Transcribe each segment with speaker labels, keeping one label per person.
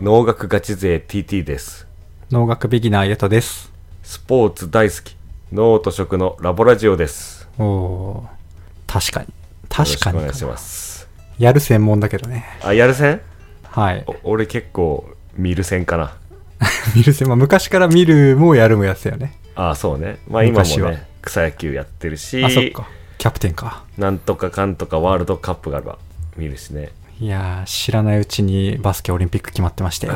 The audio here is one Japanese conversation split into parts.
Speaker 1: 農学ガチ勢 TT です
Speaker 2: 農学ビギナーゆとです。
Speaker 1: スポーツ大好き脳と食のラボラジオです
Speaker 2: おおー、確かに。確かに
Speaker 1: よろしくお願いします
Speaker 2: やる専門だけどね。
Speaker 1: あやるせん
Speaker 2: はい。
Speaker 1: 俺結構見るせんかな
Speaker 2: 見る専門、昔から見るもやるもやってたよね。
Speaker 1: あそうねまあ今
Speaker 2: 昔
Speaker 1: も
Speaker 2: は
Speaker 1: ね草野球やってるし
Speaker 2: あ、そっか。キャプテンか。
Speaker 1: なんとかかんとかワールドカップがあれば見るしね
Speaker 2: いやー、知らないうちにバスケオリンピック決まってましたよ。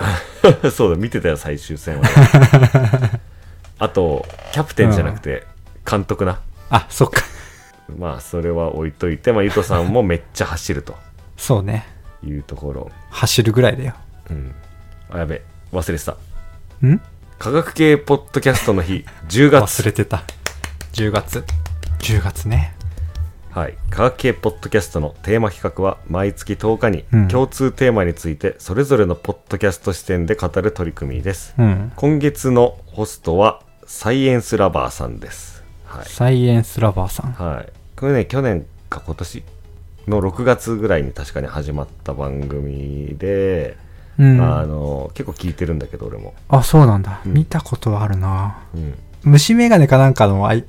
Speaker 1: そうだ見てたよ最終戦は あとキャプテンじゃなくて監督な、
Speaker 2: あ、そっか。
Speaker 1: まあそれは置いといてまあゆとさんもめっちゃ走ると
Speaker 2: そうね。
Speaker 1: いうところ
Speaker 2: 走るぐらいだよ。
Speaker 1: うんあやべ忘れてた
Speaker 2: ん
Speaker 1: 科学系ポッドキャストの 日10月
Speaker 2: 忘れてた。10月。10月ね。
Speaker 1: はい、科学系ポッドキャストのテーマ企画は毎月10日に
Speaker 2: うん
Speaker 1: 共通テーマについてそれぞれのポッドキャスト視点で語る取り組みです、
Speaker 2: うん。
Speaker 1: 今月のホストはサイエンスラバーさんですはい、
Speaker 2: サイエンスラバーさん。
Speaker 1: はい、これね去年か今年の6月ぐらいに確かに始まった番組で、
Speaker 2: うん。
Speaker 1: あ
Speaker 2: あ
Speaker 1: の結構聞いてるんだけど俺も、
Speaker 2: そうなんだ。
Speaker 1: うん
Speaker 2: 見たことはあるな。
Speaker 1: うん、
Speaker 2: 虫眼鏡かなんかのアイ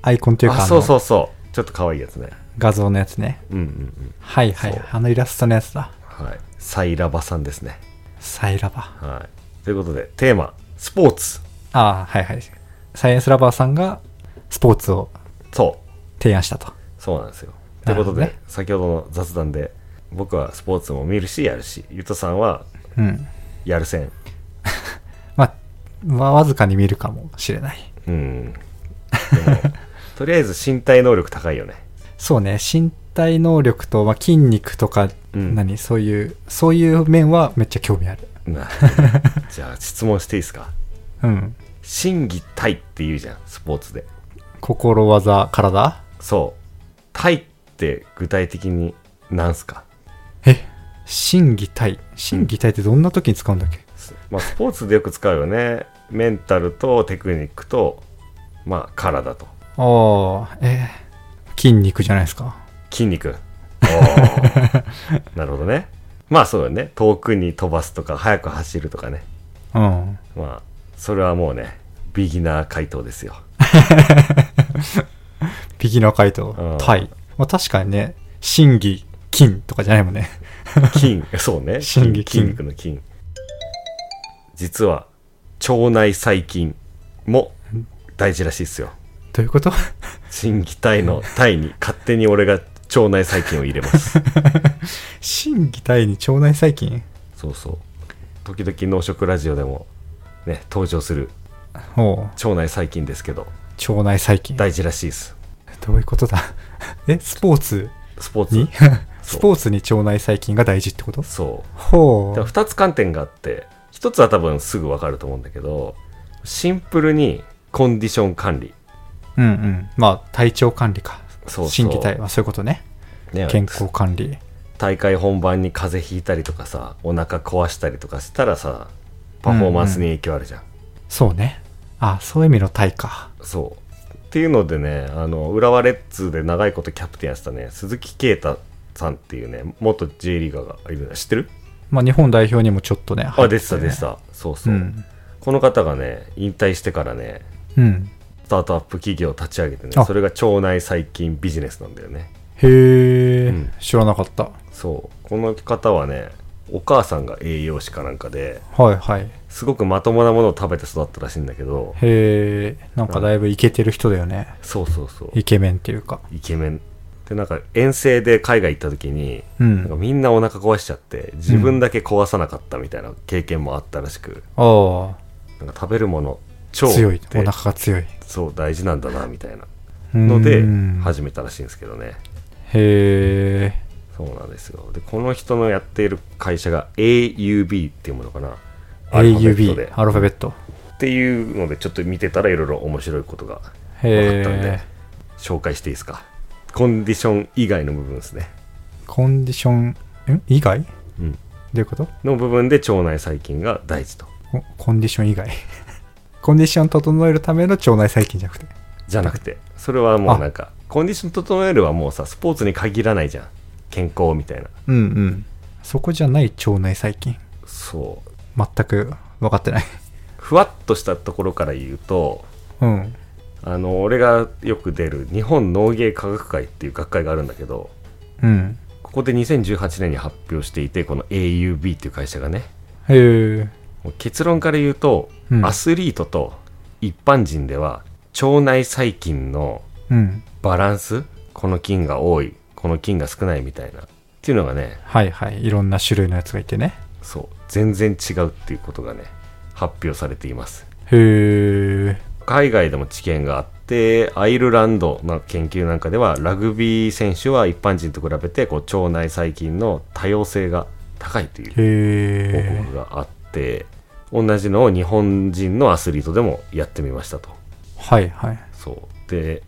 Speaker 2: アイコンというか、
Speaker 1: あ
Speaker 2: あ
Speaker 1: そう
Speaker 2: の
Speaker 1: そうそうちょっと可愛いやつね
Speaker 2: 画像のやつね。
Speaker 1: うんうんうん
Speaker 2: はいは
Speaker 1: そう
Speaker 2: い。あのイラストのやつだ。
Speaker 1: はいサイラバさんですね
Speaker 2: サイラバ。
Speaker 1: はい。ということで、テーマ、スポーツ。
Speaker 2: ああ、はいはい。サイエンスラバーさんがスポーツを
Speaker 1: そう。
Speaker 2: 提案したと。
Speaker 1: そうなんですよ。とい
Speaker 2: な
Speaker 1: う
Speaker 2: る
Speaker 1: こ
Speaker 2: ほ
Speaker 1: と
Speaker 2: ど
Speaker 1: で、
Speaker 2: ね
Speaker 1: 先ほどの雑談で、僕はスポーツも見るし、やるし、ゆとさんは
Speaker 2: うん。
Speaker 1: やるせん。
Speaker 2: まあ、わわずかに見るかもしれない。
Speaker 1: うん。でも、 とりあえず身体能力高いよね。
Speaker 2: そうね。身体能力と、まあ、筋肉とか、
Speaker 1: うん
Speaker 2: 何そういう、そういう面はめっちゃ興味ある。
Speaker 1: なるほどじゃあ、質問していいですか
Speaker 2: うん。
Speaker 1: 心技体って言うじゃん、スポーツで。
Speaker 2: 心技、体
Speaker 1: そう。体って具体的になんすか
Speaker 2: え心技体。心技体ってどんな時に使うんだっけ、
Speaker 1: す まあ、スポーツでよく使うよね。メンタルとテクニックと、まあ、体と。
Speaker 2: ああ、えー筋肉じゃないですか。
Speaker 1: 筋肉。おーなるほどね。まあそうだよね。遠くに飛ばすとか、速く走るとかね。
Speaker 2: うん。
Speaker 1: まあ、それはもうね、ビギナー回答ですよ。
Speaker 2: ビギナー回答
Speaker 1: うん、
Speaker 2: タイ。まあ、確かにね、真偽、金とかじゃないもんね。
Speaker 1: 筋、そうね。
Speaker 2: 心技筋
Speaker 1: 筋肉の筋。実は、腸内細菌も大事らしいですよ。
Speaker 2: どういうこと
Speaker 1: 心技体の体に勝手に俺が腸内細菌を入れます。
Speaker 2: 真偽体に腸内細菌
Speaker 1: そうそう。時々農食ラジオでも、ね、登場する
Speaker 2: おう
Speaker 1: 腸内細菌ですけど、
Speaker 2: 腸内細菌。
Speaker 1: 大事らしいです。
Speaker 2: どういうことだ え、スポーツ
Speaker 1: スポーツ
Speaker 2: に
Speaker 1: そう
Speaker 2: スポーツに腸内細菌が大事ってこと
Speaker 1: そう。
Speaker 2: ほ
Speaker 1: だ
Speaker 2: う。
Speaker 1: 2つ観点があって1つは多分すぐ分かると思うんだけどシンプルにコンディション管理
Speaker 2: うんうん。まあ、体調管理か。
Speaker 1: そうそう
Speaker 2: 心技体はそういうことね。
Speaker 1: ね
Speaker 2: 健康管理。
Speaker 1: 大会本番に風邪ひいたりとかさお腹壊したりとかしたらさパフォーマンスに影響あるじゃん、
Speaker 2: そうね。あ、そういう意味の体か。
Speaker 1: そうっていうのでねあの浦和レッズで長いことキャプテンやってたね鈴木啓太さんっていうね元 J リーガーがいるんだ知ってる
Speaker 2: まあ、日本代表にもちょっとね。
Speaker 1: あ出てた
Speaker 2: 入
Speaker 1: 出
Speaker 2: ってね
Speaker 1: て。たそうそうう、
Speaker 2: ん。
Speaker 1: この方がね引退してからね
Speaker 2: うん。
Speaker 1: スタートアップ企業を立ち上げてね
Speaker 2: あ
Speaker 1: それが腸内細菌ビジネスなんだよね
Speaker 2: へえ、
Speaker 1: ん
Speaker 2: 知らなかった。
Speaker 1: そうこの方はねお母さんが栄養士かなんかで
Speaker 2: はいはい。
Speaker 1: すごくまともなものを食べて育ったらしいんだけど
Speaker 2: へえ、なんかだいぶイケてる人だよね。
Speaker 1: そうそうそう
Speaker 2: イケメンっていうか。
Speaker 1: イケメンでなんか遠征で海外行った時に、
Speaker 2: う
Speaker 1: なんか
Speaker 2: ん。
Speaker 1: みんなお腹壊しちゃって自分だけ壊さなかったみたいな経験もあったらしく、
Speaker 2: あ
Speaker 1: なんか食べるもの
Speaker 2: あ、
Speaker 1: 腸
Speaker 2: 強い
Speaker 1: っ。
Speaker 2: お
Speaker 1: て
Speaker 2: 腹が強い。
Speaker 1: そう大事なんだなみたいなの
Speaker 2: の
Speaker 1: で始めたらしいんですけどね
Speaker 2: へえ、
Speaker 1: そうなんですよでこの人のやっている会社が AUB っていうものかな
Speaker 2: AUB、アルファベット。
Speaker 1: っていうのでちょっと見てたらいろいろ面白いことが分かったんで
Speaker 2: へえ、
Speaker 1: 紹介していいですかコンディション以外の部分ですね、
Speaker 2: コンディション、ん以外ど
Speaker 1: うん、
Speaker 2: ういうこと
Speaker 1: の部分で腸内細菌が大事と
Speaker 2: おコンディション以外。 コンディション整えるための腸内細菌じゃなくて。
Speaker 1: じゃなくてそれはもう
Speaker 2: あ
Speaker 1: なんかコンディション整えるはもうさスポーツに限らないじゃん健康みたいな
Speaker 2: うんうん。そこじゃない腸内細菌。
Speaker 1: そ
Speaker 2: 全く分かってない。
Speaker 1: ふわっとしたところから言うと
Speaker 2: うん。
Speaker 1: あの俺がよく出る日本農芸科学会っていう学会があるんだけど
Speaker 2: うん。
Speaker 1: ここで2018年に発表していてこの AUB っていう会社がね
Speaker 2: へえ。
Speaker 1: もう結論から言うと、
Speaker 2: うん
Speaker 1: アスリートと一般人では腸内細菌の
Speaker 2: うん。
Speaker 1: バランスこの菌が多いこの菌が少ないみたいなっていうのがね
Speaker 2: はいはい。いろんな種類のやつがいてね。
Speaker 1: そう全然違うっていうことがね発表されています
Speaker 2: へえ。
Speaker 1: 海外でも知見があってアイルランドの研究なんかではラグビー選手は一般人と比べてこう腸内細菌の多様性が高いという報
Speaker 2: へえ。
Speaker 1: 告があって、同じのを日本人のアスリートでもやってみましたと
Speaker 2: はいはい。
Speaker 1: そうで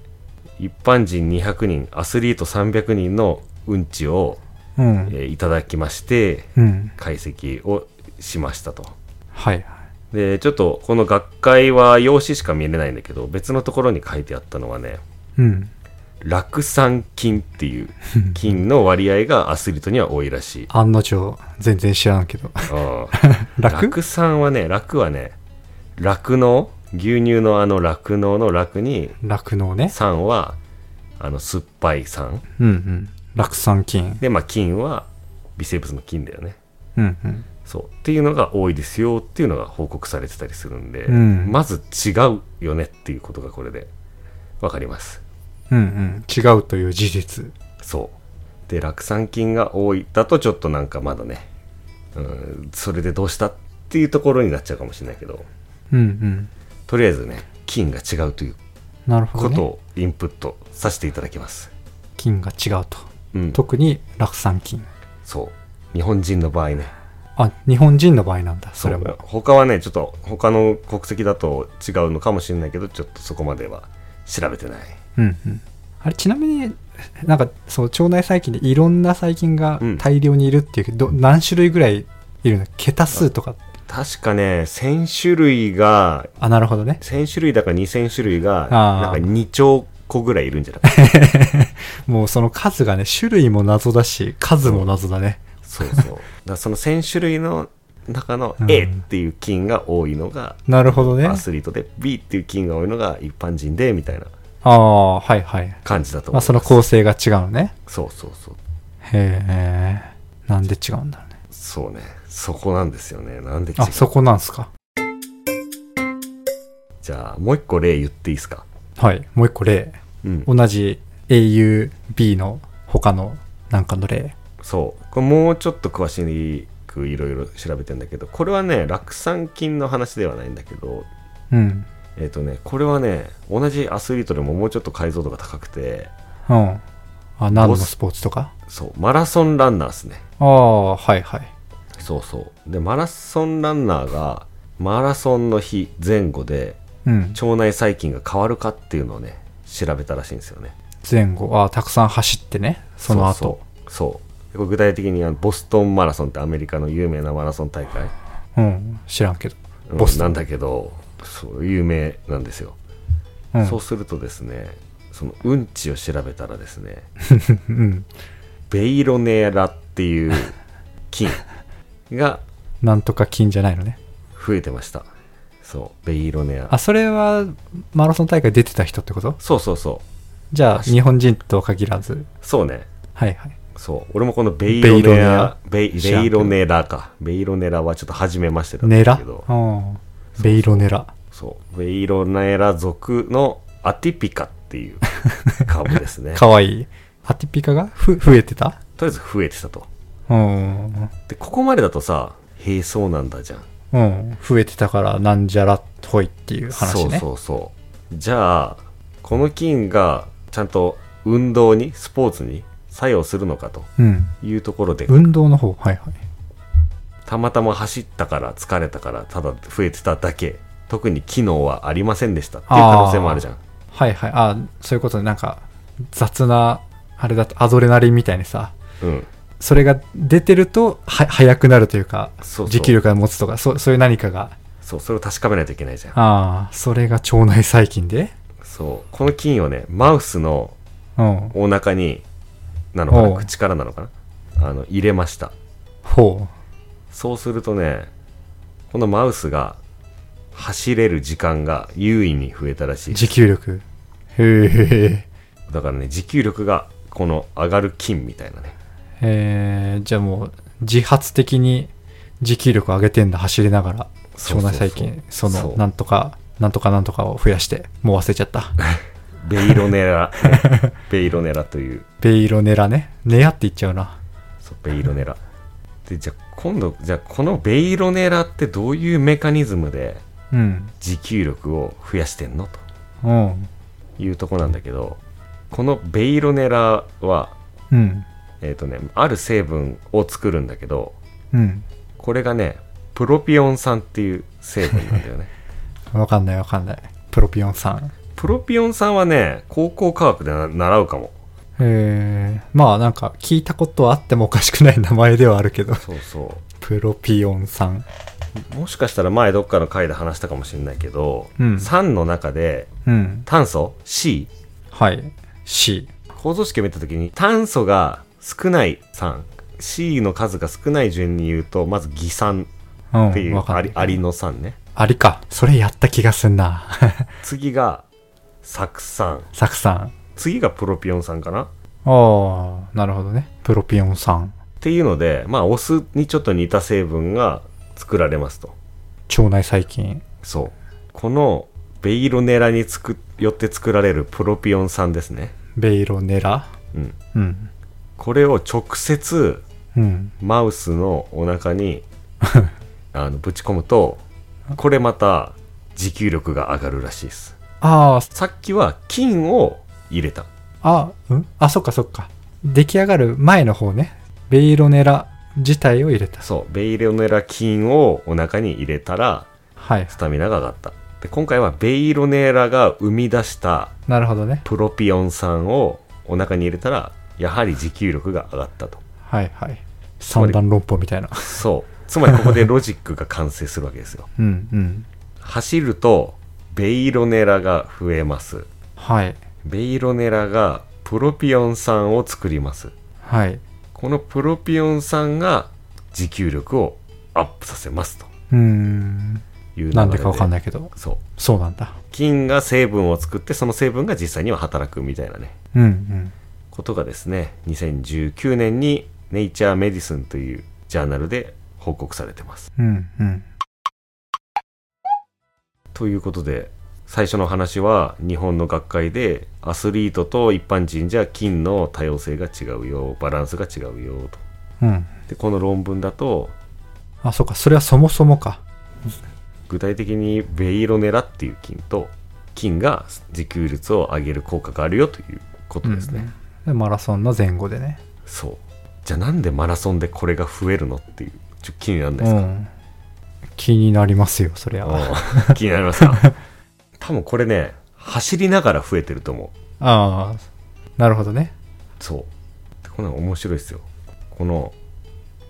Speaker 1: 一般人200人アスリート300人のうんちを、
Speaker 2: うん。
Speaker 1: えーいただきまして
Speaker 2: うん。
Speaker 1: 解析をしましたと
Speaker 2: はいはい。
Speaker 1: でちょっとこの学会は用紙しか見れないんだけど別のところに書いてあったのはね
Speaker 2: うん。。
Speaker 1: 酪酸菌っていう菌の割合がアスリートには多いらしい
Speaker 2: 案の定、全然知らんけど。
Speaker 1: うん
Speaker 2: 楽
Speaker 1: 酪酸はね、酪はね、酪農、牛乳のあの酪農の酪に、
Speaker 2: 楽のね。
Speaker 1: 酸はあの酸っぱい酸。
Speaker 2: うんうん。楽酸菌。
Speaker 1: で、まあ菌は微生物の菌だよね。
Speaker 2: うんうん。
Speaker 1: そう。っていうのが多いですよっていうのが報告されてたりするんで、
Speaker 2: うん
Speaker 1: まず違うよねっていうことがこれでわかります。
Speaker 2: うんうん。違うという事実。
Speaker 1: そうで酪酸菌が多いだとちょっとなんかまだね、うん、それでどうしたっていうところになっちゃうかもしれないけど
Speaker 2: うんうん。
Speaker 1: とりあえずね菌が違うという
Speaker 2: なるほ
Speaker 1: こ
Speaker 2: ど、ね。
Speaker 1: とをインプットさせていただきます、
Speaker 2: 菌が違うと。
Speaker 1: うん
Speaker 2: 特に酪酸菌。
Speaker 1: そう日本人の場合ね
Speaker 2: あ、日本人の場合なんだ、そ
Speaker 1: そ
Speaker 2: れ
Speaker 1: れ
Speaker 2: も
Speaker 1: も。他はねちょっと他の国籍だと違うのかもしれないけどちょっとそこまでは調べてない
Speaker 2: うんうん。あれ、ちなみに、なんか、その腸内細菌でいろんな細菌が
Speaker 1: うん
Speaker 2: 大量にいるっていうけど、何種類ぐらいいるの桁数とか。
Speaker 1: 確かね1000種類が
Speaker 2: あ、なるほどね。
Speaker 1: 1000種類だか2000種類がな
Speaker 2: あー
Speaker 1: んか2兆個ぐらいいるんじゃない
Speaker 2: もうその数がね、種類も謎だし、数も謎だね。
Speaker 1: そうそ う。だからその1000種類の中の
Speaker 2: うん
Speaker 1: A っていう菌が多いのが
Speaker 2: なるほどね。
Speaker 1: アスリートで、B っていう菌が多いのが一般人で、みたいな
Speaker 2: ああ、はいはい。
Speaker 1: 感じだと思う。
Speaker 2: まあ、その構成が違うのね。
Speaker 1: そうそうそう。
Speaker 2: へえ。なんで違うんだろうね。
Speaker 1: そうね。そこなんですよね。なんで違う
Speaker 2: あ、そこなんすか。
Speaker 1: じゃあ、もう一個例言っていいですか。
Speaker 2: はい。もう一個例。
Speaker 1: うん。
Speaker 2: 同じ AUB の他のなんかの例。
Speaker 1: そう。これもうちょっと詳しくいろいろ調べてんだけど、これはね、酪酸菌の話ではないんだけど、
Speaker 2: うん。
Speaker 1: えっ、とね、これはね、同じアスリートでももうちょっと解像度が高くて、
Speaker 2: うん。あ、何の
Speaker 1: ボス
Speaker 2: スポーツとか
Speaker 1: そう、マラソンランナーですね。
Speaker 2: ああ、はいはい。
Speaker 1: そうそうでマラソンランナーがマラソンの日前後で
Speaker 2: うん。
Speaker 1: 腸内細菌が変わるかっていうのをね調べたらしいんですよね
Speaker 2: 前後。ああ、たくさん走ってね。その後。
Speaker 1: そうそうそうでこれ具体的にあのボストンマラソンってアメリカの有名なマラソン大会、
Speaker 2: うん。知らんけど。
Speaker 1: うん
Speaker 2: ボスト
Speaker 1: な
Speaker 2: ン
Speaker 1: んだけどそう有名なんですよ、
Speaker 2: うん。
Speaker 1: そうするとですねそのうんちを調べたらですね
Speaker 2: うん。
Speaker 1: ベイロネラって いう菌が
Speaker 2: なんとか金じゃないのね。
Speaker 1: 増えてましたそうベイロネラ
Speaker 2: あ、それはマラソン大会出てた人ってこと
Speaker 1: そうそうそう
Speaker 2: じゃあ、日本人とは限らず。
Speaker 1: そうね
Speaker 2: はいはい。
Speaker 1: そう俺もこのベイロネラベイ
Speaker 2: ベイロネラ知ら
Speaker 1: ベ
Speaker 2: んけ
Speaker 1: イ
Speaker 2: ど
Speaker 1: ロネラかベイロネラはちょっと初めましてだったん
Speaker 2: ネ
Speaker 1: だ
Speaker 2: ラ
Speaker 1: けど
Speaker 2: うん。ベイロネラ。
Speaker 1: そうベイロネラ属のアティピカって いう株ですね
Speaker 2: かわいい。アティピカがふ増えてた
Speaker 1: とりあえず増えてたと
Speaker 2: うん。
Speaker 1: でここまでだとさへえそうなんだじゃん
Speaker 2: うん、増えてたからなんじゃらっぽいっていう話
Speaker 1: そ
Speaker 2: ね。
Speaker 1: うそうそうじゃあこの菌がちゃんと運動にスポーツに作用するのかと
Speaker 2: うん。
Speaker 1: いうところで
Speaker 2: 運動の方、はいはい。
Speaker 1: たまたま走ったから疲れたからただ増えてただけ特に機能はありませんでしたっていう可能性もあるじゃん
Speaker 2: はいはい。あそういうことでなんか雑な、あれだとアドレナリンみたいにさ、
Speaker 1: うん
Speaker 2: それが出てるとは速くなるというか、
Speaker 1: そうそう
Speaker 2: 持久力が持つとか、そうそういう何かが、
Speaker 1: そうそれを確かめないといけないじゃん
Speaker 2: ああ、それが腸内細菌で、
Speaker 1: そうこの菌をねマウスの
Speaker 2: うん、
Speaker 1: お腹になのか
Speaker 2: お
Speaker 1: な
Speaker 2: う
Speaker 1: 口からなのかなあの入れました
Speaker 2: ほう。
Speaker 1: そうするとねこのマウスが走れる時間が優位に増えたらしいです
Speaker 2: 持久力。へ
Speaker 1: だからね持久力がこの上がる筋みたいなね
Speaker 2: え。えー、じゃあもう、自発的に持久力を上げてんだ、走りながら。
Speaker 1: そうそうそう
Speaker 2: 腸内細菌、その、
Speaker 1: そう
Speaker 2: なんとか、なんとかなんとかを増やして、もう忘れちゃった。
Speaker 1: ベイロネラ、 ベイロネラという
Speaker 2: ベイロネラね。ネアって言っちゃうな。
Speaker 1: そうベイロネラでじゃあ今度じゃあこのベイロネラってどういうメカニズムで
Speaker 2: うん。
Speaker 1: 持久力を増やしてんのと
Speaker 2: うん。
Speaker 1: いうとこなんだけどこのベイロネラは
Speaker 2: うん。
Speaker 1: えっ、とねある成分を作るんだけど
Speaker 2: うん。
Speaker 1: これがねプロピオン酸っていう成分なんだよね
Speaker 2: わかんないわかんない。プロピオンさん。
Speaker 1: プロピオン酸はね高校科学でな習うかも
Speaker 2: えー、まあなんか聞いたことはあってもおかしくない名前ではあるけど。
Speaker 1: そうそ
Speaker 2: プロピオンさん。
Speaker 1: うもしかしたら前どっかの回で話したかもしれないけど、
Speaker 2: うん
Speaker 1: 酸の中で
Speaker 2: うん。
Speaker 1: 炭素 C
Speaker 2: はい。C。
Speaker 1: 構造式を見た時に炭素が少ない酸 C の数が少ない順に言うとまず偽酸
Speaker 2: うん。
Speaker 1: っていう
Speaker 2: わかん
Speaker 1: ア
Speaker 2: な
Speaker 1: リ,、
Speaker 2: い
Speaker 1: アリの酸ね
Speaker 2: ありか。それやった気がすんな。
Speaker 1: 次が酢酸
Speaker 2: サクさん。
Speaker 1: 次がプロピオン酸かなっ
Speaker 2: ああ、なるほどね。プロピオンさん。
Speaker 1: ていうのでまあお酢にちょっと似た成分が作られますと
Speaker 2: 腸内細菌。
Speaker 1: そうこのベイロネラにつくよって作られるプロピオン酸ですね
Speaker 2: ベイロネラ。
Speaker 1: うん
Speaker 2: うん。
Speaker 1: これを直接
Speaker 2: うん。
Speaker 1: マウスのお腹にあのぶち込むとこれまた持久力が上がるらしいです
Speaker 2: ああ、
Speaker 1: さっきは菌を入れた
Speaker 2: あ、うんあ、そっかそっか。出来上がる前の方ね。ベイロネラ自体を入れた。
Speaker 1: そうベイロネラ菌をお腹に入れたら
Speaker 2: はい。
Speaker 1: スタミナが上がったで今回はベイロネラが生み出した
Speaker 2: なるほどね。
Speaker 1: プロピオン酸をお腹に入れたらやはり持久力が上がったと
Speaker 2: はいはい。三段論法みたいな。
Speaker 1: そうつまりここでロジックが完成するわけですよ
Speaker 2: うんうん。
Speaker 1: 走るとベイロネラが増えます
Speaker 2: はい。
Speaker 1: ベイロネラがプロピオン酸を作ります
Speaker 2: はい。
Speaker 1: このプロピオン酸が持久力をアップさせますと
Speaker 2: うーん。
Speaker 1: いう
Speaker 2: なんでかわかん
Speaker 1: ない
Speaker 2: ないけど。
Speaker 1: そう
Speaker 2: そうなんだ。
Speaker 1: 菌が成分を作ってその成分が実際には働くみたいなね
Speaker 2: うんうん。
Speaker 1: ことがですね2019年に「ネイチャー・メディスン」というジャーナルで報告されてます
Speaker 2: うんうん。
Speaker 1: ということで最初の話は日本の学会でアスリートと一般人じゃ菌の多様性が違うよバランスが違うよと
Speaker 2: うん。
Speaker 1: でこの論文だと
Speaker 2: あ、そうか。それはそもそもか。
Speaker 1: 具体的にベイロネラっていう菌と菌が持久率を上げる効果があるよということですね、
Speaker 2: でマラソンの前後でね。
Speaker 1: そうじゃあなんでマラソンでこれが増えるのっていうちょっと気になるんないうですか、
Speaker 2: ん。気になりますよ、そりゃ。あ
Speaker 1: うん気になりますか多分これね走りながら増えてると思う
Speaker 2: あー。なるほどね。
Speaker 1: そうでこの面白いですよこの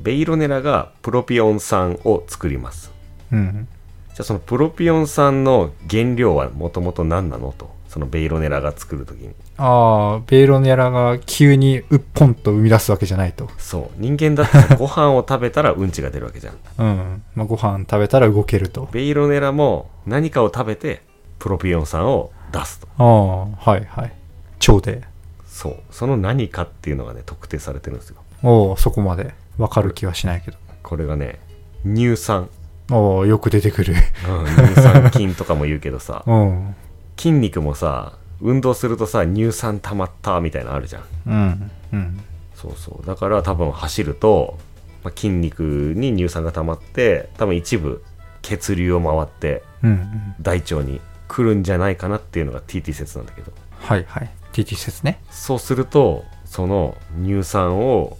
Speaker 1: ベイロネラがプロピオン酸を作ります
Speaker 2: うん。
Speaker 1: じゃあそのプロピオン酸の原料はもともと何なのとそのベイロネラが作るときに
Speaker 2: ああ、ベイロネラが急にうっぽんと生み出すわけじゃないと。
Speaker 1: そう人間だってさご飯を食べたらうんちが出るわけじゃん
Speaker 2: うん。まあ、ご飯食べたら動けると。
Speaker 1: ベイロネラも何かを食べてプロピオン酸を出すと
Speaker 2: ああ、はいはい。腸で。
Speaker 1: そうその何かっていうのがね特定されてるんですよ
Speaker 2: おお、そこまで。わかる気はしないけど。
Speaker 1: これがね乳酸
Speaker 2: おお、よく出てくる。
Speaker 1: うん乳酸菌とかも言うけどさ
Speaker 2: うん。
Speaker 1: 筋肉もさ運動するとさ乳酸溜まったみたいなのあるじゃん
Speaker 2: うん。うん。
Speaker 1: そうそうだから多分走ると、まあ筋肉に乳酸が溜まって多分一部血流を回って
Speaker 2: うんうん。
Speaker 1: 大腸に来るんじゃないかなっていうのが TT 説なんだけど
Speaker 2: はいはい。TT 説ね。
Speaker 1: そうするとその乳酸を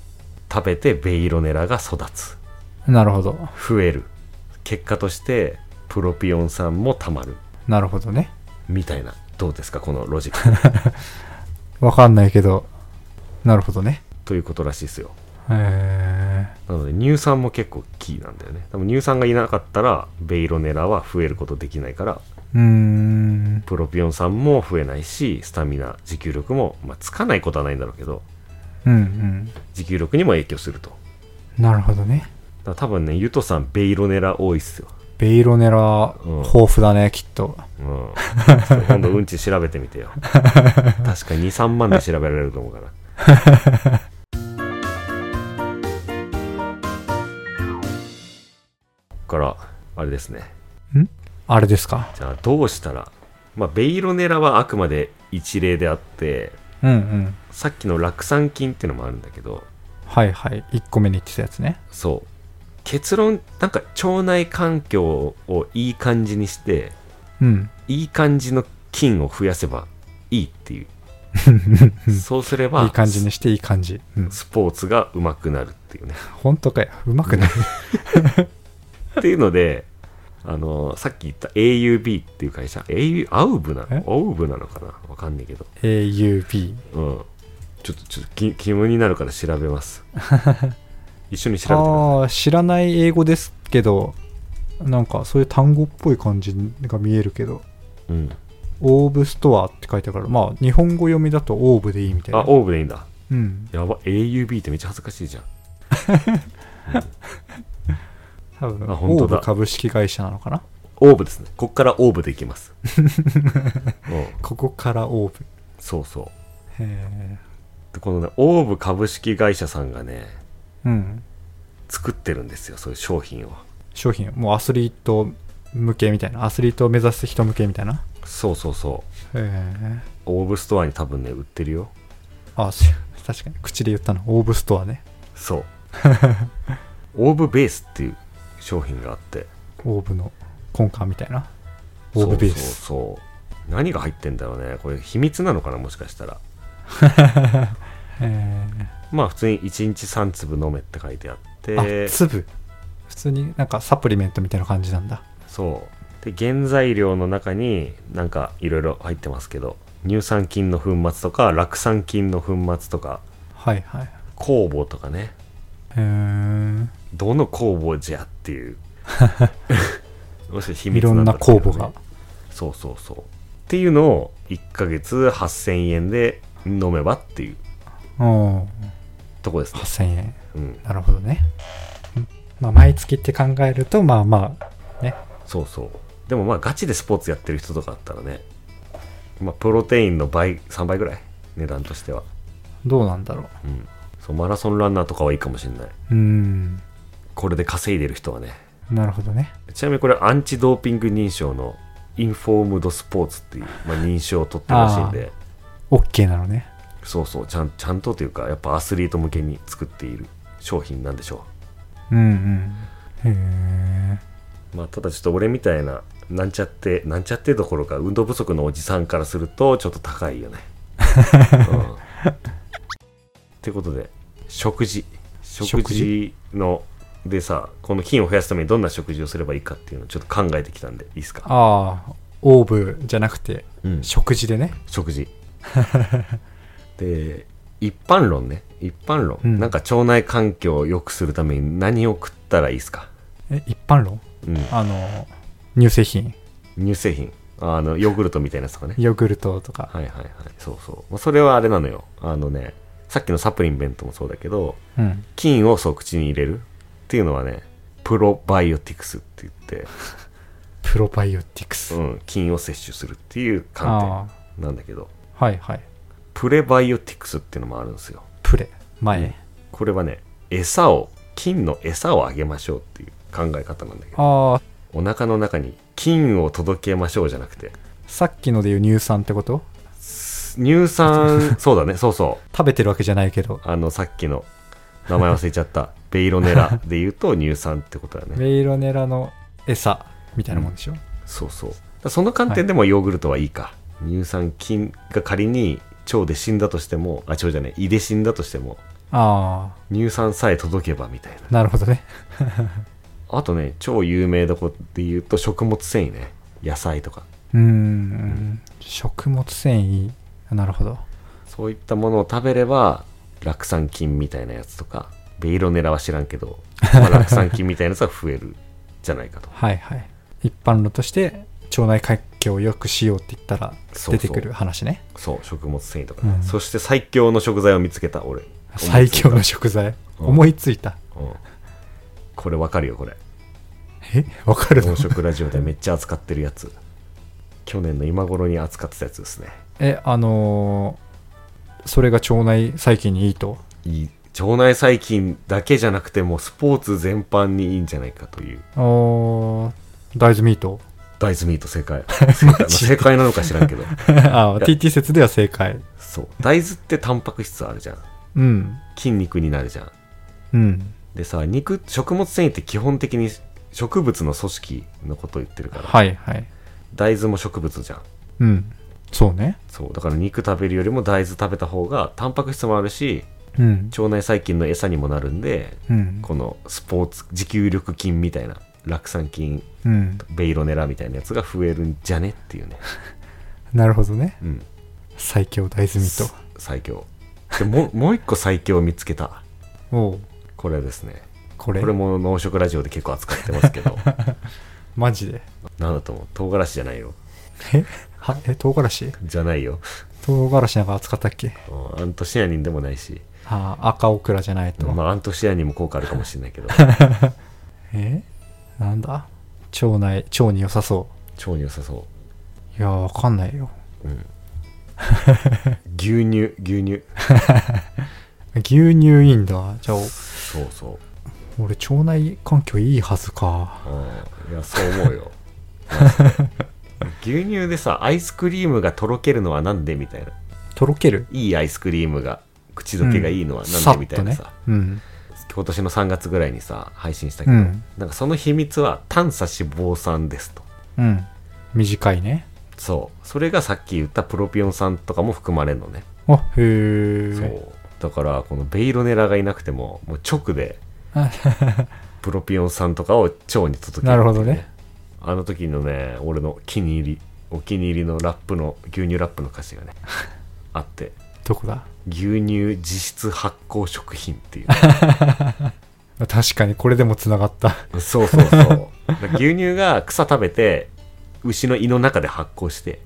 Speaker 1: 食べてベイロネラが育つ
Speaker 2: なるほど。
Speaker 1: 増える結果としてプロピオン酸も溜まる
Speaker 2: なるほどね。
Speaker 1: みたいなどうですかこのロジック
Speaker 2: わかんないけど。なるほどね。
Speaker 1: ということらしいですよ
Speaker 2: え
Speaker 1: なので乳酸も結構キーなんだよね多分乳酸がいなかったらベイロネラは増えることできないから
Speaker 2: ー。うーん。
Speaker 1: プロピオン酸も増えないしスタミナ持久力も、まあ、つかないことはないんだろうけど
Speaker 2: うんうん。
Speaker 1: 持久力にも影響するとだか
Speaker 2: なるほどね。
Speaker 1: ら多分ねゆとさんベイロネラ多いっすよ
Speaker 2: ベイロネラ、
Speaker 1: うん
Speaker 2: 豊富だね、きっと。
Speaker 1: うんちょっと今度うんち調べてみてよ確か23万で調べられると思うからここからあれですね
Speaker 2: あれですか。
Speaker 1: じゃあどうしたらまあベイロネラはあくまで一例であって
Speaker 2: うんうん。
Speaker 1: さっきの酪酸菌っていうのもあるんだけど
Speaker 2: はいはい。1個目に言ってたやつね。
Speaker 1: そう結論なんか腸内環境をいい感じにして
Speaker 2: うん。
Speaker 1: いい感じの菌を増やせばいいっていう そうすれば
Speaker 2: いい感じにしていい感じ。うん。
Speaker 1: スポーツが上手くなるっていうね
Speaker 2: 本当かよ。うまくない。
Speaker 1: っていうのであのさっき言った AUB っていう会社 AU アウブな
Speaker 2: え
Speaker 1: のアウブなのかなわかんないけど
Speaker 2: AUB。
Speaker 1: うんちょっとちょっと気気分になるから調べます 一緒に調べてください
Speaker 2: ああ、知らない英語ですけど、なんかそういう単語っぽい感じが見えるけど、
Speaker 1: うん、
Speaker 2: オーブストアって書いてあるから、まあ日本語読みだとオーブでいいみたい
Speaker 1: あ
Speaker 2: な。
Speaker 1: オーブでいいんだ
Speaker 2: うん。
Speaker 1: やば AUB ってめっちゃ恥ずかしいじゃん
Speaker 2: 多分、
Speaker 1: あ本当
Speaker 2: オー
Speaker 1: だ
Speaker 2: ブ株式会社なのかな
Speaker 1: オーブですねこっからオーブでいきます うん
Speaker 2: ここからオーブ。
Speaker 1: そうそう
Speaker 2: へ
Speaker 1: でこのねオーブ株式会社さんがね
Speaker 2: え。うん。
Speaker 1: 作ってるんですよそういう商品を
Speaker 2: 商品、もうアスリート向けみたいな。アスリートを目指す人向けみたいな。
Speaker 1: そうそうそう
Speaker 2: へえ。
Speaker 1: オーブストアに多分ね売ってるよ
Speaker 2: あ、し確かに。口で言ったの。オーブストアね。
Speaker 1: そう オーブベースっていう商品があって
Speaker 2: オーブの根幹みたいな。オーブベース。
Speaker 1: そうそうそう何が入ってんだろうねこれ秘密なのかなもしかしたら
Speaker 2: へえ。
Speaker 1: まあ普通に1日3粒飲めって書いてあって
Speaker 2: あ粒普通になんかサプリメントみたいな感じなんだ
Speaker 1: そうで原材料の中になんかいろいろ入ってますけど乳酸菌の粉末とか酪酸菌の粉末とか
Speaker 2: はいはいへ
Speaker 1: 酵母とかね
Speaker 2: え
Speaker 1: どの酵母じゃって いうもしかして秘
Speaker 2: い
Speaker 1: 密
Speaker 2: ろん
Speaker 1: だ
Speaker 2: な
Speaker 1: ったら
Speaker 2: 酵
Speaker 1: ね
Speaker 2: 母が
Speaker 1: そうそうそうっていうのを1ヶ月8000円で飲めばっていう
Speaker 2: うん
Speaker 1: とこですね、
Speaker 2: 8000円
Speaker 1: うん、
Speaker 2: なるほどね、うんまあ、毎月って考えるとまあまあね
Speaker 1: そうそうでもまあガチでスポーツやってる人とかだったらねまあプロテインの倍3倍ぐらい値段としては
Speaker 2: どうなんだろ
Speaker 1: うんそうマラソンランナーとかはいいかもしれないう
Speaker 2: うん
Speaker 1: これで稼いでる人はね
Speaker 2: なるほどね
Speaker 1: ちなみにこれアンチドーピング認証のインフォームドスポーツっていう、まあ、認証を取ってるらしいんで
Speaker 2: OK なのね
Speaker 1: そうそうちゃんちゃんとというかやっぱアスリート向けに作っている商品なんでしょ
Speaker 2: うんうんへ
Speaker 1: う、まあ、ただちょっと俺みたいななんちゃってなんちゃってどころか運動不足のおじさんからするとちょっと高いよねうんってことで食事食
Speaker 2: 食
Speaker 1: 事のでさこの菌を増やすためにどんな食事をすればいいかっていうのをちょっと考えてきたんでいいですか、
Speaker 2: ああオーブじゃなくて
Speaker 1: うん
Speaker 2: 食事でね
Speaker 1: 食事 で一般論ね一般論、
Speaker 2: うん
Speaker 1: なんか腸内環境を良くするために何を食ったらいいですか、
Speaker 2: え一般論
Speaker 1: うん、
Speaker 2: あの乳製品
Speaker 1: 乳製品あのヨーグルトみたいなやつとかね
Speaker 2: ヨーグルトとか
Speaker 1: はいはいはいそうそうまあそれはあれなのよあのねさっきのサプリメントもそうだけど
Speaker 2: うん
Speaker 1: 菌をそう口に入れるっていうのはねプロバイオティクスって言っ
Speaker 2: プロバイオティ
Speaker 1: て、
Speaker 2: クス
Speaker 1: うん、菌を摂取するっていう
Speaker 2: あ
Speaker 1: 観点なんだけど
Speaker 2: あはいはい
Speaker 1: プレバイオティクスっていうのもあるんですよ
Speaker 2: プレ前、
Speaker 1: これはね餌を菌の餌をあげましょうっていう考え方なんだけど
Speaker 2: ああ
Speaker 1: お腹の中に菌を届けましょうじゃなくて
Speaker 2: さっきのでいう乳酸ってこと
Speaker 1: 乳 酸そうだねそうそう
Speaker 2: 食べてるわけじゃないけど
Speaker 1: あのさっきの名前忘れちゃった ベイロネラで言うと乳酸ってことだね
Speaker 2: メイロネラの餌みたいなもんでしょ、
Speaker 1: そうそうだからその観点でもヨーグルトはいいか、乳酸菌が仮に腸で死んだとしてもあ腸じゃない胃で死んだとしても
Speaker 2: あ
Speaker 1: 乳酸さえ届けばみたいな
Speaker 2: あなるほどね
Speaker 1: あとね超有名どこで言うと食物繊維ね野菜とか
Speaker 2: うーん食物繊維なるほど
Speaker 1: そういったものを食べれば酪酸菌みたいなやつとかベイロネラは知らんけど、まあ、酪酸菌みたいなやつは増えるじゃないかと
Speaker 2: はいはい一般論として腸内環境を良くしようって言ったら
Speaker 1: そうそう
Speaker 2: 出てくる話ね
Speaker 1: そう食物繊維とかね、
Speaker 2: うん
Speaker 1: そして最強の食材を見つけた俺
Speaker 2: 最強の食材
Speaker 1: うん
Speaker 2: 思いついた
Speaker 1: うんこれわかるよこれ
Speaker 2: えわかるの
Speaker 1: 音色ラジオでめっちゃ扱ってるやつ去年の今頃に扱ってたやつですね
Speaker 2: え、あのーそれが腸内細菌にいいと。
Speaker 1: いい腸内細菌だけじゃなくてもうスポーツ全般にいいんじゃないかという
Speaker 2: あー大豆ミート。
Speaker 1: 大豆ミート正解正解,、正解なのか知らんけど
Speaker 2: あ TT 説では正解。
Speaker 1: そう大豆ってタンパク質あるじゃん
Speaker 2: うん。
Speaker 1: 筋肉になるじゃん
Speaker 2: うん。
Speaker 1: でさ肉食物繊維って基本的に植物の組織のことを言ってるから
Speaker 2: はいはい。
Speaker 1: 大豆も植物じゃん
Speaker 2: うん。そうね。
Speaker 1: そうだから肉食べるよりも大豆食べた方がタンパク質もあるし
Speaker 2: うん。
Speaker 1: 腸内細菌の餌にもなるんで
Speaker 2: うん。
Speaker 1: このスポーツ持久力筋みたいな酪酸菌
Speaker 2: うん。
Speaker 1: ベイロネラみたいなやつが増えるんじゃねっていうね、
Speaker 2: なるほどね。
Speaker 1: うん、
Speaker 2: 最強大豆ミー
Speaker 1: す最強でも うもう一個最強を見つけた
Speaker 2: ト。おう
Speaker 1: これですね
Speaker 2: これ。
Speaker 1: これも農食ラジオで結構扱ってますけど
Speaker 2: マジで。
Speaker 1: なんだと思う唐辛子じゃないよ
Speaker 2: えはえ、唐辛子
Speaker 1: じゃないよ
Speaker 2: 唐辛子なんか扱ったっけ
Speaker 1: うんアントシアニンでもないし、
Speaker 2: あー赤オクラじゃないと。
Speaker 1: まあ、アントシアニンも効果あるかもしれないけ ど
Speaker 2: えなんだ腸内、腸に良さそ。
Speaker 1: 腸に良さそう
Speaker 2: いやー、わかんないよ。
Speaker 1: う牛乳牛乳
Speaker 2: 牛乳いいんだ。じゃあ、
Speaker 1: そうそう
Speaker 2: 俺、腸内環境いいはずか。
Speaker 1: うんいやそう思うよ牛乳でさアイスクリームがとろけるのはなんでみたいな
Speaker 2: とろける
Speaker 1: いいアイスクリームが口どけがいいのは
Speaker 2: さ
Speaker 1: なん
Speaker 2: っ
Speaker 1: でみた
Speaker 2: と
Speaker 1: いなさ、
Speaker 2: ね。うん。
Speaker 1: 今年の3月ぐらいにさ配信したけど、
Speaker 2: うん
Speaker 1: なんかその秘密は短鎖脂肪酸ですと
Speaker 2: うん。短いね。
Speaker 1: そうそれがさっき言ったプロピオン酸とかも含まれるのね、
Speaker 2: あ、へー。
Speaker 1: そうだからこのベイロネラがいなくてももう直 でプロピオン酸とかを腸に届けるっていう
Speaker 2: なるほどね
Speaker 1: あの時のね俺の気に入りお気に入りのラップの牛乳ラップの歌詞が ねあって
Speaker 2: どこだ
Speaker 1: 「牛乳実質発酵食品」っていう
Speaker 2: 確かに、これでも繋がった。
Speaker 1: そうそう そう牛乳が草食べて牛の胃の中で発酵して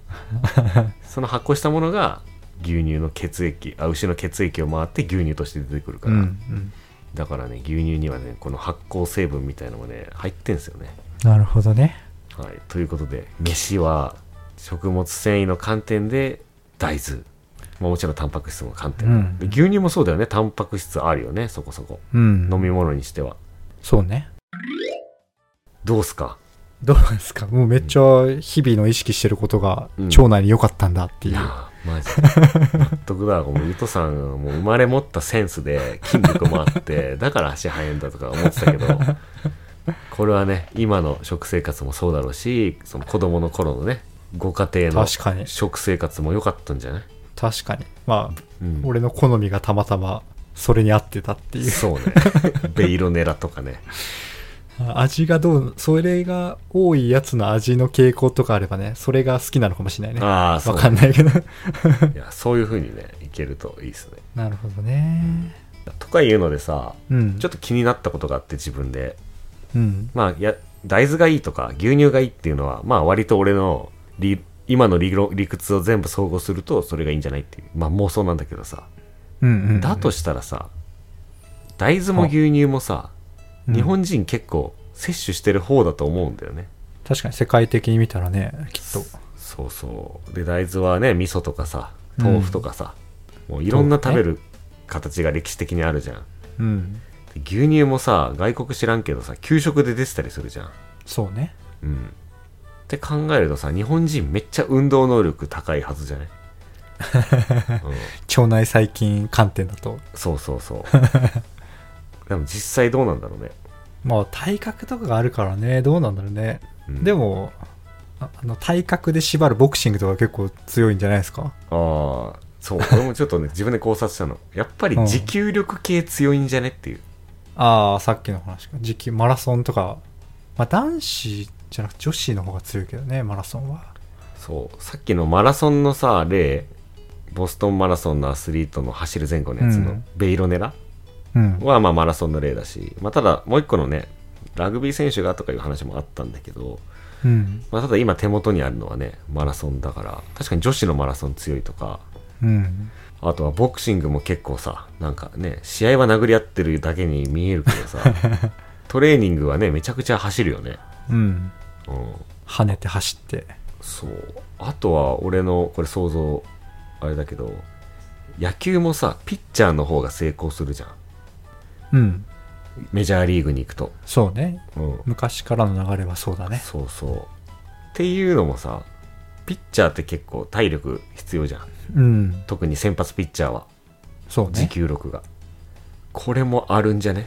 Speaker 1: その発酵したものが牛乳の血液あ牛の血液を回って牛乳として出てくるか
Speaker 2: う
Speaker 1: ら、
Speaker 2: ん。うん。
Speaker 1: だからね牛乳にはねこの発酵成分みたいのもね入ってんすよね、
Speaker 2: なるほどね。
Speaker 1: はい、ということで飯は食物繊維の観点で大豆、まあ、もちろんタンパク質の観点、
Speaker 2: うん
Speaker 1: で牛乳もそうだよねタンパク質あるよねそこそこ
Speaker 2: うん。
Speaker 1: 飲み物にしては
Speaker 2: そうね。
Speaker 1: どうすか
Speaker 2: どうですかもうめっちゃ日々の意識してることが
Speaker 1: うん
Speaker 2: 腸内に良かったんだって
Speaker 1: い
Speaker 2: いう。
Speaker 1: やーマジで納得だもうゆとさんはもう生まれ持ったセンスで筋力もあ ってだから足早いんだとか思ってたけどこれはね今の食生活もそうだろうしその子供の頃のねご家庭の
Speaker 2: 確かに
Speaker 1: 食生活も良かったんじゃない、
Speaker 2: 確かに。まあ、
Speaker 1: うん
Speaker 2: 俺の好みがたまたまそれに合ってたっていう。
Speaker 1: そうねベイロネラとかね
Speaker 2: 味がどう、それが多いやつの味の傾向とかあればね、それが好きなのかもしれないね。わ
Speaker 1: ああそう
Speaker 2: かんないけ ど。
Speaker 1: いやそういう風にねいけるといいですね
Speaker 2: なるほどね。
Speaker 1: とかいうのでさ
Speaker 2: うん。
Speaker 1: ちょっと気になったことがあって自分で
Speaker 2: うん。
Speaker 1: まあ、いや、大豆がいいとか、牛乳がいいっていうのは、まあ、割と俺の理、今の理論理屈を全部総合すると、それがいいんじゃないっていう。まあ、妄想なんだけどさ。
Speaker 2: うんうんうん。
Speaker 1: だとしたらさ、大豆も牛乳もさ、
Speaker 2: うん
Speaker 1: 日本人結構摂取してる方だと思うんだよね。
Speaker 2: 確かに世界的に見たらね、きっと。
Speaker 1: そうそう。で、大豆はね、味噌とかさ、豆腐とかさ、もういろんな食べる形が歴史的にあるじゃん。
Speaker 2: うん。
Speaker 1: で牛乳もさ、外国知らんけどさ、給食で出てたりするじゃん。
Speaker 2: そうね。
Speaker 1: うん。って考えるとさ、日本人めっちゃ運動能力高いはずじゃな い、うん、
Speaker 2: 腸内細菌観点だと。
Speaker 1: そうそうそう。 でも実際どうなんだろうね。
Speaker 2: まあ体格とかがあるからね、どうなんだろうね。
Speaker 1: うん
Speaker 2: でも、ああの体格で縛るボクシングとか結構強いんじゃないですか
Speaker 1: ああ、そう、俺もちょっとね、自分で考察したの。やっぱり持久力系強いんじゃねっていう。
Speaker 2: ああ、さっきの話か。時期、マラソンとか、まあ男子じゃなくて女子の方が強いけどね、マラソンは。
Speaker 1: そう、さっきのマラソンのさ、例、ボストンマラソンのアスリートの走る前後のやつ
Speaker 2: う
Speaker 1: の
Speaker 2: ん
Speaker 1: ベイロネラ
Speaker 2: うん。
Speaker 1: はまあマラソンの例だし、まあ、ただもう一個のね、ラグビー選手がとかいう話もあったんだけど、
Speaker 2: うん。
Speaker 1: まあ、ただ今手元にあるのはねマラソンだから確かに女子のマラソン強いとか
Speaker 2: うん。
Speaker 1: あとはボ クシングも結構さなんかね試合は殴り合ってるだけに見えるけどさトレーニングはねめちゃくちゃ走るよね
Speaker 2: うん。
Speaker 1: うん
Speaker 2: 跳ねて走って。
Speaker 1: そうあとは俺のこれ想像あれだけど野球もさピッチャーの方が成功するじゃん
Speaker 2: うん。
Speaker 1: メジャーリーグに行くと、
Speaker 2: そうね。
Speaker 1: うん、
Speaker 2: 昔からの流れはそうだね。
Speaker 1: そうそうっていうのもさピッチャーって結構体力必要じゃん
Speaker 2: うん。
Speaker 1: 特に先発ピッチャーは
Speaker 2: そう
Speaker 1: 持
Speaker 2: ね。
Speaker 1: 久力が、これもあるんじゃね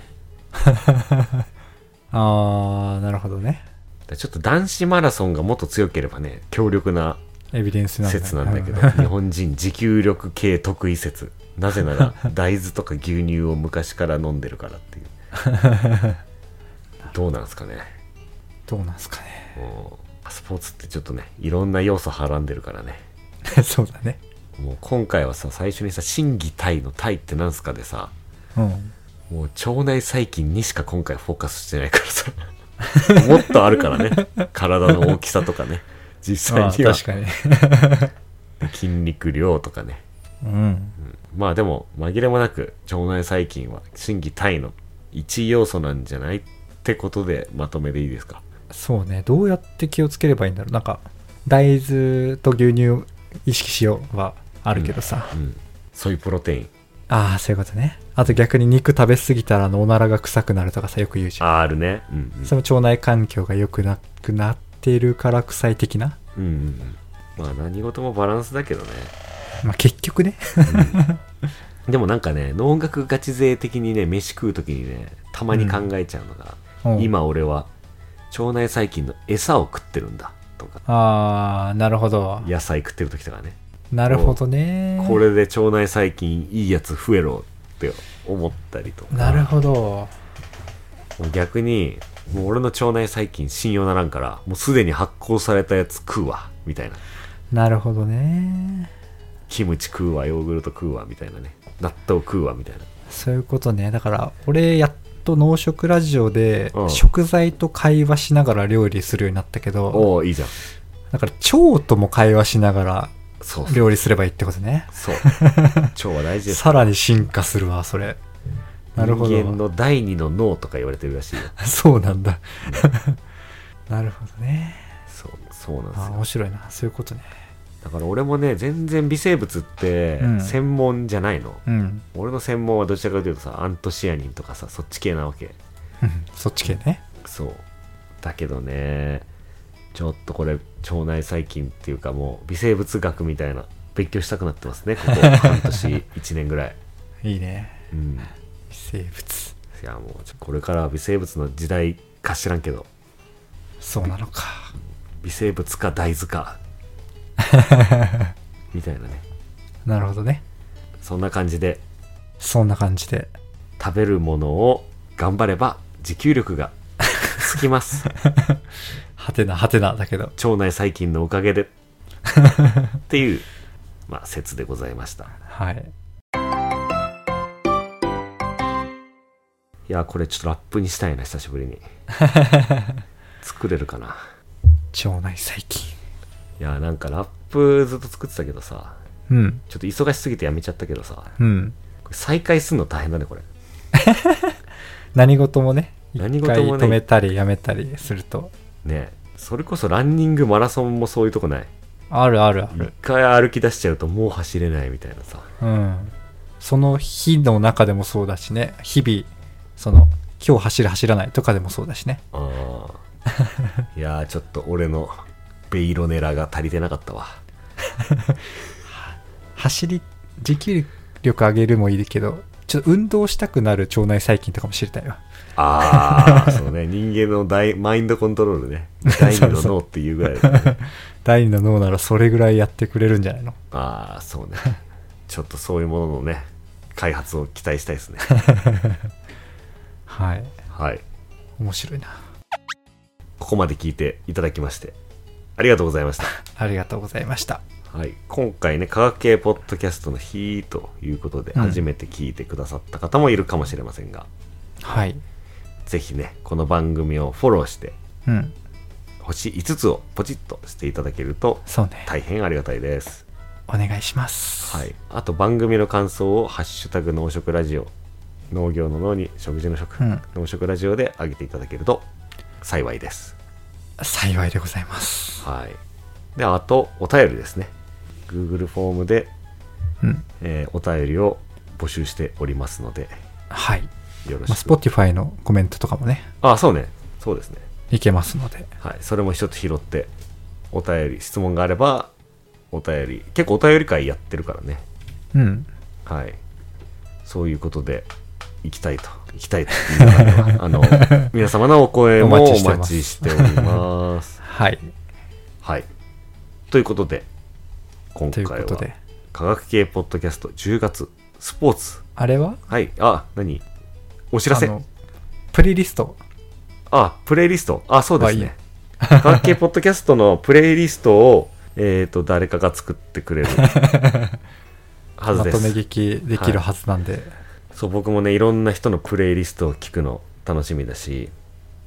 Speaker 2: あー、なるほどね。
Speaker 1: だからちょっと男子マラソンがもっと強ければね強力な
Speaker 2: エビデンスなんだ
Speaker 1: 説なんだけど、
Speaker 2: う
Speaker 1: 日本人持久力系得意説なぜなら大豆とか牛乳を昔から飲んでるからっていうどうなんですかね
Speaker 2: どうなんすかね。
Speaker 1: もうスポーツってちょっとねいろんな要素はらんでるからね
Speaker 2: そうだね。
Speaker 1: もう今回はさ最初にさ「心技体の体ってなんすか?」でさ
Speaker 2: うん。
Speaker 1: もう腸内細菌にしか今回フォーカスしてないからさもっとあるからね体の大きさとかね実際
Speaker 2: あ
Speaker 1: に
Speaker 2: ー
Speaker 1: は
Speaker 2: 確か に。
Speaker 1: 筋肉量とかね
Speaker 2: うん。
Speaker 1: まあでも紛れもなく腸内細菌は心技体の一要素なんじゃないってことでまとめでいいですか
Speaker 2: そうね。どうやって気をつければいいんだろう。なんか、大豆と牛乳を意識しようはあるけどさ。
Speaker 1: うんソイプロテイン
Speaker 2: ああ、そういうことね。あと逆に肉食べ過ぎたらあのおならが臭くなるとかさ、よく言うじゃん。
Speaker 1: あるねうん
Speaker 2: その腸内環境が良くなくなってるから臭い的な。
Speaker 1: うんうんうんうんまあ何事もバランスだけどね
Speaker 2: まあ結局ね。
Speaker 1: でもなんかね農学ガチ勢的にね飯食う時にねたまに考えちゃうのが、
Speaker 2: うん
Speaker 1: 今俺は腸内細菌の餌を食ってるんだとか
Speaker 2: ああ、なるほど。
Speaker 1: 野菜食ってる時とかね
Speaker 2: なるほどね。
Speaker 1: これで腸内細菌いいやつ増えろって思ったりとか
Speaker 2: なるほど。
Speaker 1: 逆にもう俺の腸内細菌信用ならんからもうすでに発酵されたやつ食うわみたいな
Speaker 2: なるほどね。
Speaker 1: キムチ食うわヨーグルト食うわみたいなね納豆食うわみたいな
Speaker 2: そういうことね。だから、俺、やっと農食ラジオで
Speaker 1: う、ん
Speaker 2: 食材と会話しながら料理するようになったけど、
Speaker 1: おおいいじゃん
Speaker 2: だから、腸とも会話しながら
Speaker 1: そう
Speaker 2: 料理すればいいってことね。
Speaker 1: そう腸は大事です
Speaker 2: さらに進化するわ、それ。なるほ
Speaker 1: 人間
Speaker 2: ど。
Speaker 1: の第二の脳とか言われてるらしいよ
Speaker 2: そうなんだ。 なるほどね。
Speaker 1: そうそうなんです
Speaker 2: あ
Speaker 1: よ
Speaker 2: 面白いな。そういうことね。
Speaker 1: だから俺もね全然微生物って
Speaker 2: うん
Speaker 1: 専門じゃないの、
Speaker 2: うん。
Speaker 1: 俺の専門はどちらかというとさアントシアニンとかさそっち系なわけ
Speaker 2: うんそっち系ね。
Speaker 1: そうだけどねちょっとこれ腸内細菌っていうかもう微生物学みたいな勉強したくなってますねここ半年1年ぐらい
Speaker 2: いいね。
Speaker 1: うんい
Speaker 2: 微生物。
Speaker 1: やもうちょこれからは微生物の時代か知らんけど
Speaker 2: そうなのか。
Speaker 1: 微生物か大豆かみたいなね
Speaker 2: なるほどね。
Speaker 1: そんな感じで
Speaker 2: そんな感じで。
Speaker 1: 食べるものを頑張れば持久力がつきます
Speaker 2: はてなはてなだけど。
Speaker 1: 腸内細菌のおかげでっていう、まあ、説でございました
Speaker 2: はい。
Speaker 1: いやこれちょっとラップにしたいな久しぶりに作れるかな
Speaker 2: 腸内細菌。
Speaker 1: いやなんかラップずっと作ってたけどさ
Speaker 2: うん。
Speaker 1: ちょっと忙しすぎてやめちゃったけどさ
Speaker 2: うん。
Speaker 1: これ再開するの大変だねこれ
Speaker 2: 何事もね、一回
Speaker 1: 何事もね
Speaker 2: 止めたりやめたりすると。
Speaker 1: ねえそれこそランニングマラソンもそういうとこない
Speaker 2: あるあるあ
Speaker 1: 一
Speaker 2: る。
Speaker 1: 回歩き出しちゃうともう走れないみたいなさ
Speaker 2: うん。その日の中でもそうだしね。日々、その、今日走る走らないとかでもそうだしね。
Speaker 1: あーいやーちょっと俺のベイロネラが足りてなかったわ
Speaker 2: 走り、持久力上げるもいいけど、ちょっと運動したくなる腸内細菌とかも知りたいわ。
Speaker 1: ああ そうね人間の大マインドコントロールね第二の脳っていうぐらいだね
Speaker 2: 第二の脳ならそれぐらいやってくれるんじゃないの
Speaker 1: ああそうね ちょっとそういうもののね開発を期待したいです ね
Speaker 2: はい。
Speaker 1: はい
Speaker 2: 面白いな。
Speaker 1: ここまで聞いていただきましてありがとうございました、
Speaker 2: ありがとうございました。
Speaker 1: はい、今回ね科学系ポッドキャストの日ということで
Speaker 2: うん
Speaker 1: 初めて聞いてくださった方もいるかもしれませんが、
Speaker 2: はい。
Speaker 1: ぜひねこの番組をフォローして
Speaker 2: うん。
Speaker 1: 星5つをポチッとしていただけると
Speaker 2: そうね。
Speaker 1: 大変ありがたいです、
Speaker 2: お願いします。
Speaker 1: はい、あと番組の感想を「ハッシュタグ農食ラジオ」農業の農に食事の食、
Speaker 2: うん
Speaker 1: 農食ラジオで上げていただけると幸いです
Speaker 2: 幸いでございます。
Speaker 1: はいであとお便りですね Google フォームで、
Speaker 2: うん。
Speaker 1: えーお便りを募集しておりますので
Speaker 2: はい。
Speaker 1: よろ
Speaker 2: まあ、
Speaker 1: しく、
Speaker 2: Spotify のコメントとかもね、
Speaker 1: あそうねそうですね
Speaker 2: いけますので。
Speaker 1: はいそれも一つ拾ってお便り質問があればお便り結構お便り会やってるからね
Speaker 2: うん。
Speaker 1: はい。そういうことで、行きたいと。行きたいと言いながらね あの、皆様のお声もお
Speaker 2: お待ちしてます
Speaker 1: 待ちしております。
Speaker 2: はい。
Speaker 1: はい。ということで、今
Speaker 2: とい
Speaker 1: 回
Speaker 2: うこ
Speaker 1: は
Speaker 2: と、で。
Speaker 1: 科学系ポッドキャスト10月、スポーツ。
Speaker 2: あれは
Speaker 1: はい。あ、何お知らせ。
Speaker 2: あ
Speaker 1: あ
Speaker 2: のプレイリスト。
Speaker 1: プレイリスト。あ、そうです
Speaker 2: あいい
Speaker 1: ね
Speaker 2: ね。
Speaker 1: 科学系ポッドキャストのプレイリストを、えっ、と、誰かが作ってくれるはず
Speaker 2: ま
Speaker 1: で
Speaker 2: と
Speaker 1: す。
Speaker 2: め劇できるはずなんで、
Speaker 1: そう僕もねいろんな人のプレイリストを聞くの楽しみだし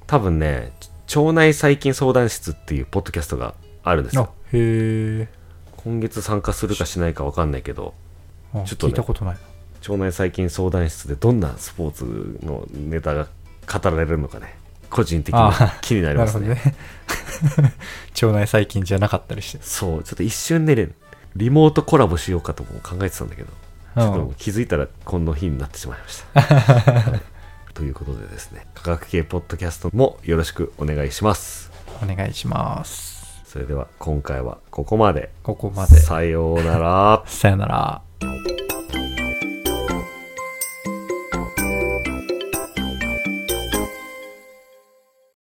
Speaker 1: 多分ねち腸内細菌相談室っていうポッドキャストがあるんです
Speaker 2: あ
Speaker 1: よ
Speaker 2: へえ
Speaker 1: 今月参加するかしないか分かんないけど
Speaker 2: あ
Speaker 1: ちょっとね
Speaker 2: 聞いたことない
Speaker 1: 腸内細菌相談室でどんなスポーツのネタが語られるのかね個人的に
Speaker 2: あ
Speaker 1: 気にな
Speaker 2: な
Speaker 1: りま
Speaker 2: るほ
Speaker 1: す
Speaker 2: ど
Speaker 1: ね
Speaker 2: ね 腸内細菌じゃなかったりして
Speaker 1: そうちょっと一瞬ねリモートコラボしようかとも考えてたんだけどちょっともう気づいたらこの日になってしまいました、 はいということでですね科学系ポッドキャストもよろしくお願いします
Speaker 2: お願いします
Speaker 1: それでは今回はここまで。
Speaker 2: ここまで
Speaker 1: さようなら。
Speaker 2: さよなら